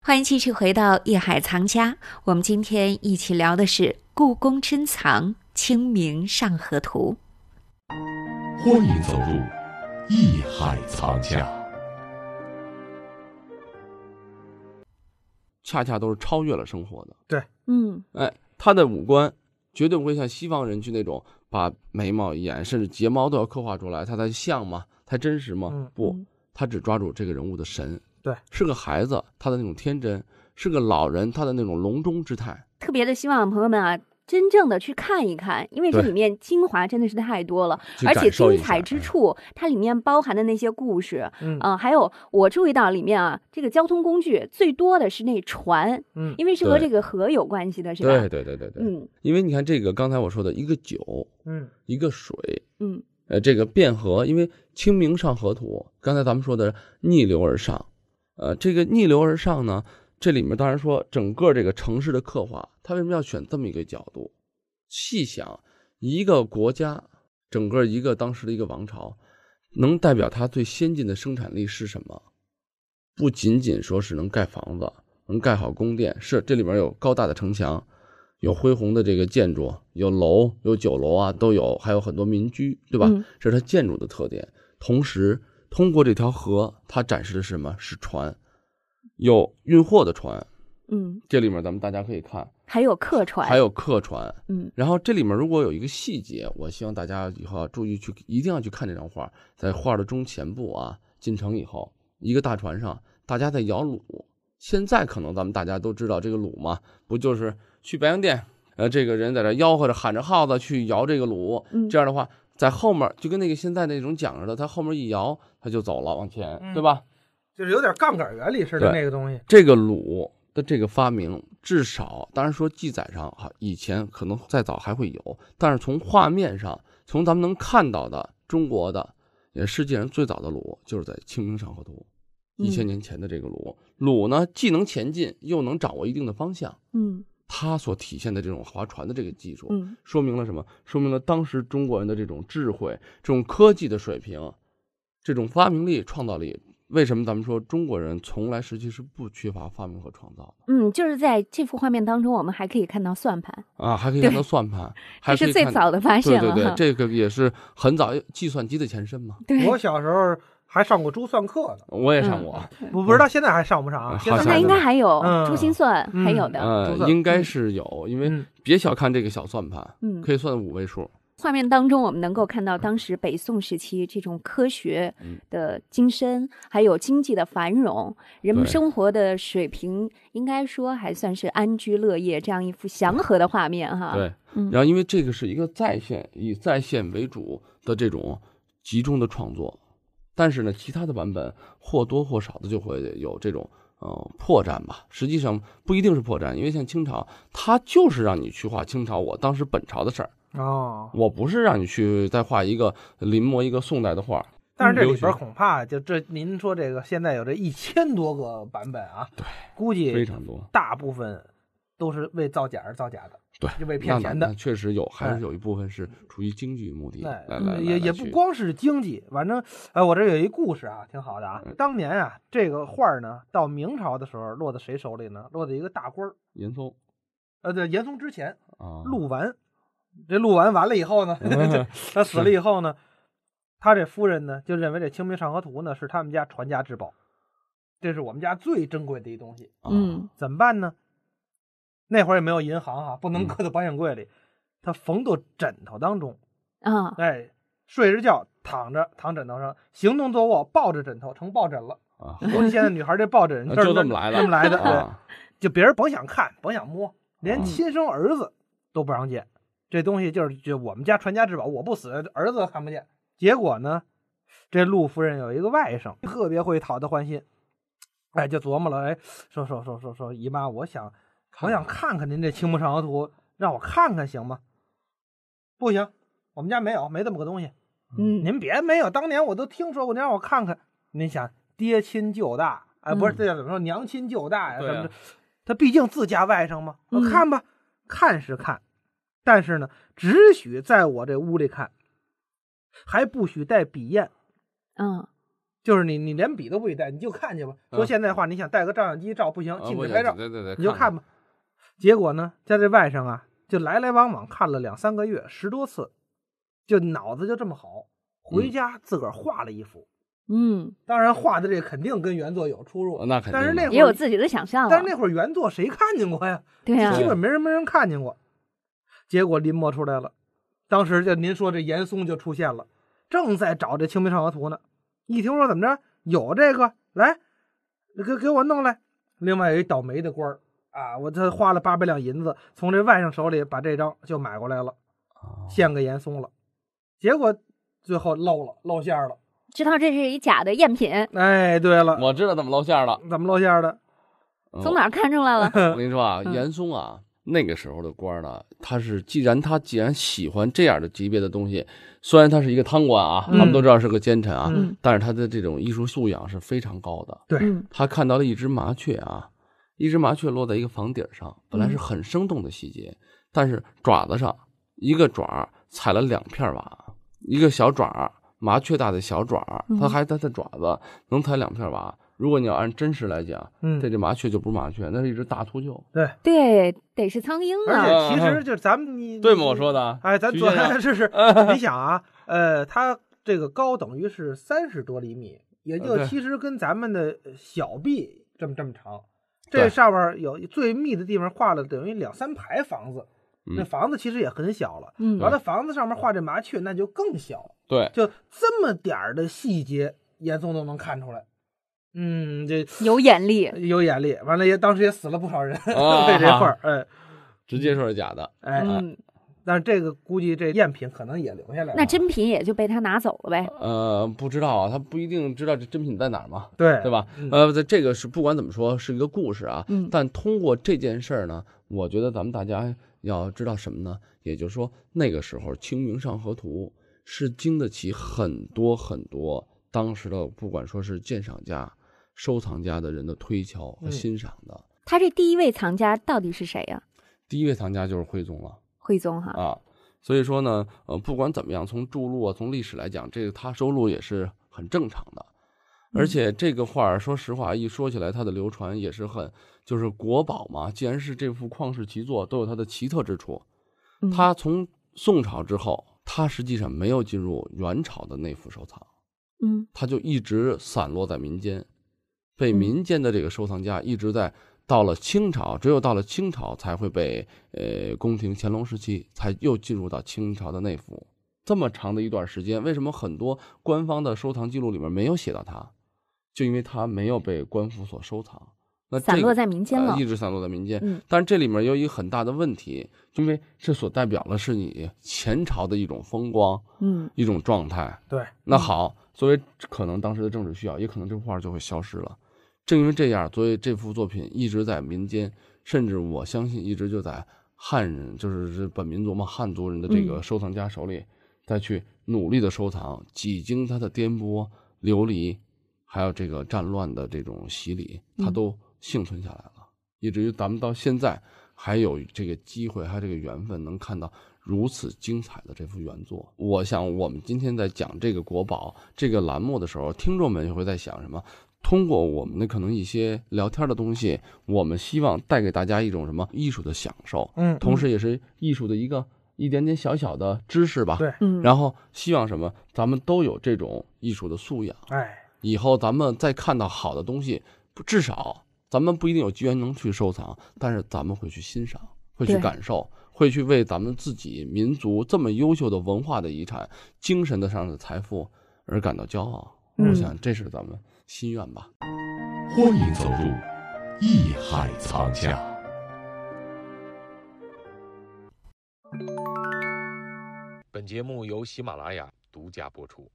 欢迎继续回到《夜海藏家》，我们今天一起聊的是故宫珍藏《清明上河图》。欢迎走入《艺海藏家》，恰恰都是超越了生活的。嗯哎，他的五官绝对不会像西方人去那种把眉毛、眼甚至睫毛都要刻画出来，他才像吗？才真实吗？嗯不嗯，他只抓住这个人物的神。对，是个孩子，他的那种天真；是个老人，他的那种笼中之态。特别的希望朋友们啊，真正的去看一看，因为这对里面精华真的是太多了，去而感且受一精彩下之哎处，它里面包含的那些故事，嗯呃，还有我注意到里面啊，这个交通工具最多的是那船，嗯因为是和对这个河有关系的，是吧？对对对对对，嗯因为你看这个刚才我说的一个酒，嗯一个水，嗯呃，这个汴河，因为《清明上河图》，刚才咱们说的逆流而上，呃，这个逆流而上呢，这里面当然说整个这个城市的刻画，它为什么要选这么一个角度？细想，一个国家，整个一个当时的一个王朝，能代表它最先进的生产力是什么？不仅仅说是能盖房子，能盖好宫殿，是这里面有高大的城墙，有恢宏的这个建筑，有楼，有酒楼啊，都有，还有很多民居，对吧？嗯这是它建筑的特点。同时，通过这条河，它展示的是什么？是船，有运货的船。嗯，这里面咱们大家可以看，还有客船，还有客船。嗯，然后这里面如果有一个细节，我希望大家以后要注意去，一定要去看这张画，在画的中前部啊，进城以后，一个大船上，大家在摇橹。现在可能咱们大家都知道这个橹嘛，不就是去白洋淀，呃，这个人在这吆喝着喊着号子去摇这个橹，嗯这样的话，在后面就跟那个现在那种桨似的，他后面一摇他就走了，往前，嗯对吧？就是有点杠杆原理似的对那个东西。这个橹的这个发明，至少当然说记载上哈，以前可能再早还会有，但是从画面上，从咱们能看到的中国的，也世界上最早的橹，就是在《清明上河图》一嗯千年前的这个橹。橹呢，既能前进，又能掌握一定的方向。嗯它所体现的这种划船的这个技术，嗯说明了什么？说明了当时中国人的这种智慧、这种科技的水平、这种发明力、创造力。为什么咱们说中国人从来实际是不缺乏发明和创造嗯，就是在这幅画面当中，我们还可以看到算盘，的啊？还可以对看到算盘，还这可是以最看早的发对现对了对哈，。这个也是很早计算机的前身嘛。对我小时候还上过珠算课呢，我也嗯上过，我不知道现在还上不上啊啊？好现在像现在应该还有嗯珠心算，还有嗯的，珠呃，算应该是有，因为嗯别小看这个小算盘，嗯可以算五位数。画面当中，我们能够看到当时北宋时期这种科学嗯的精深，还有经济的繁荣，人们对生活的水平应该说还算是安居乐业，这样一幅祥和的画面哈。对，嗯然后因为这个是一个在线以在线为主的这种集中的创作，但是呢，其他的版本或多或少的就会有这种呃破绽吧。实际上不一定是破绽，因为像清朝，它就是让你去画清朝我当时本朝的事儿，哦，我不是让你去再画一个临摹一个宋代的画儿。但是嗯这流里边行恐怕就这，您说这个现在有这一千多个版本啊，对，估非计常多，大部分都是为造假而造假的，对，就为骗那钱那的。确实有，还哎是有一部分是出于经济目的来来来那也来也去不光是经济，反正，哎，我这有一故事啊，挺好的嗯啊。当年啊，这个画儿呢，到明朝的时候落在谁手里呢？落在一个大官儿，严嵩呃，对，严嵩之前，啊，陆完，这陆完完了以后呢，嗯这 他死了以后呢，他这夫人呢就认为这《清明上河图呢》是他们家传家之宝，这是我们家最珍贵的一东西，啊嗯，怎么办呢？那会儿也没有银行啊，不能嗯搁到保险柜里，他缝到枕头当中，啊，哎，睡着觉躺着躺枕头上，行动坐卧抱着枕头成抱 枕了。啊，我现在女孩这抱枕就这这么来的这么来的，对。啊就别人甭想看，甭想摸，连嗯亲生儿子都不让见。这东西就是就我们家传家之宝，我不死，儿子都看不见。结果呢，这陆夫人有一个外甥，特别会讨她欢心，哎，就琢磨了，哎，说说说说说姨妈，我想我想看看您这《青木上河图》，让我看看行吗？不行，我们家没有，没这么个东西。嗯， 您别没有，当年我都听说过，您让我看看。您想，爹亲舅大，哎，不是嗯这叫怎么说？娘亲舅大呀，什对啊么的。他毕竟自家外甥嘛，我嗯看吧，看是看，但是呢，只许在我这屋里看，还不许带笔砚。嗯，就是你你连比都不许带，你就看去吧。嗯啊说现在话，你想带个照相机照不行，禁不止行拍照，对对对，你就看吧。结果呢，在这外甥啊，就来来往往看了两三个月，十多次，就脑子就这么好，回家自个儿画了一幅。嗯，当然，画的这肯定跟原作有出入哦，那肯定的。但是那会儿也有自己的想象了。但是那会儿原作谁看见过呀？对啊呀、就基本没人没人看见过。结果临摹出来了，当时就您说这严嵩就出现了，正在找这《清明上河图》呢，一听说怎么着有这个，来，给给我弄来。另外有一倒霉的官儿啊，我这花了八百两银子，从这外甥手里把这张就买过来了，啊献给严嵩了。结果最后露了，露馅儿了。知道这是一假的赝品，哎，对了，我知道怎么露馅儿 了。怎么露馅儿的？嗯从哪儿看出来了？我跟你说啊，嗯严嵩啊，那个时候的官儿呢，他是既然他既然喜欢这样的级别的东西，虽然他是一个贪官啊，嗯他们都知道是个奸臣啊，嗯但是他的这种艺术素养是非常高的。对嗯他看到了一只麻雀啊，一只麻雀落在一个房顶上，本嗯来是很生动的细节，但是爪子上一个爪儿踩了两片瓦，一个小爪儿，麻雀大的小爪儿，嗯它还它的爪子能踩两片瓦。如果你要按真实来讲，嗯这只麻雀就不是麻雀，那是一只大秃鹫。对，对，得是苍蝇而啊。且其实就咱们你对吗？我说 的，啊哎，咱徐昨先生 天这是你想啊，呃，它这个高等于是三十多厘米，也呃就对其实跟咱们的小臂这么这么长。对这上面有最密的地方画了等于两三排房子，那嗯房子其实也很小了。嗯完了，房子上面画这麻雀，那就更小，对，就这么点儿的细节，严嵩都能看出来。嗯，这有眼力，有眼力。完了也当时也死了不少人， 啊为这画儿。哎直接说是假的。哎，嗯，但是这个估计这赝品可能也留下来了。那真品也就被他拿走了呗。呃，不知道啊，他不一定知道这真品在哪儿嘛，对对吧嗯？呃，这这个是不管怎么说是一个故事啊，嗯但通过这件事儿呢，我觉得咱们大家要知道什么呢？也就是说，那个时候《清明上河图》是经得起很多很多当时的不管说是鉴赏家、收藏家的人的推敲和嗯欣赏的。他这第一位藏家到底是谁呀、第一位藏家就是徽宗了。徽宗哈，啊，所以说呢，呃，不管怎么样，从注录啊，从历史来讲，这个他收录也是很正常的。而且这个画儿，说实话，一说起来，它的流传也是很，就是国宝嘛。既然是这幅旷世奇作，都有它的奇特之处。嗯它从宋朝之后，它实际上没有进入元朝的内府收藏，嗯它就一直散落在民间，被嗯民间的这个收藏家一直在到了清朝，只有到了清朝才会被呃宫廷乾隆时期才又进入到清朝的内府。这么长的一段时间，为什么很多官方的收藏记录里面没有写到它？就因为它没有被官府所收藏，那这个散落在民间了呃一直散落在民间。嗯但是这里面有一个很大的问题，因为这所代表的是你前朝的一种风光，嗯，一种状态。对，那好，作为可能当时的政治需要，也可能这幅画就会消失了。正因为这样，所以这幅作品一直在民间，甚至我相信一直就在汉人，就是这本民族嘛，汉族人的这个收藏家手里，再去努力的收藏，几经它的颠簸、流离，还有这个战乱的这种洗礼，它嗯都幸存下来了，以至于咱们到现在还有这个机会，还有这个缘分能看到如此精彩的这幅原作。我想，我们今天在讲这个国宝这个栏目的时候，听众们就会在想什么？通过我们的可能一些聊天的东西，我们希望带给大家一种什么艺术的享受，嗯，同时也是艺术的一个一点点小小的知识吧。对嗯然后希望什么，咱们都有这种艺术的素养。哎，以后咱们再看到好的东西，不至少咱们不一定有机缘能去收藏，但是咱们会去欣赏，会去对感受，会去为咱们自己民族这么优秀的文化的遗产、精神的上的财富而感到骄傲。我嗯想这是咱们心愿吧。欢迎走入艺海藏家。本节目由喜马拉雅独家播出。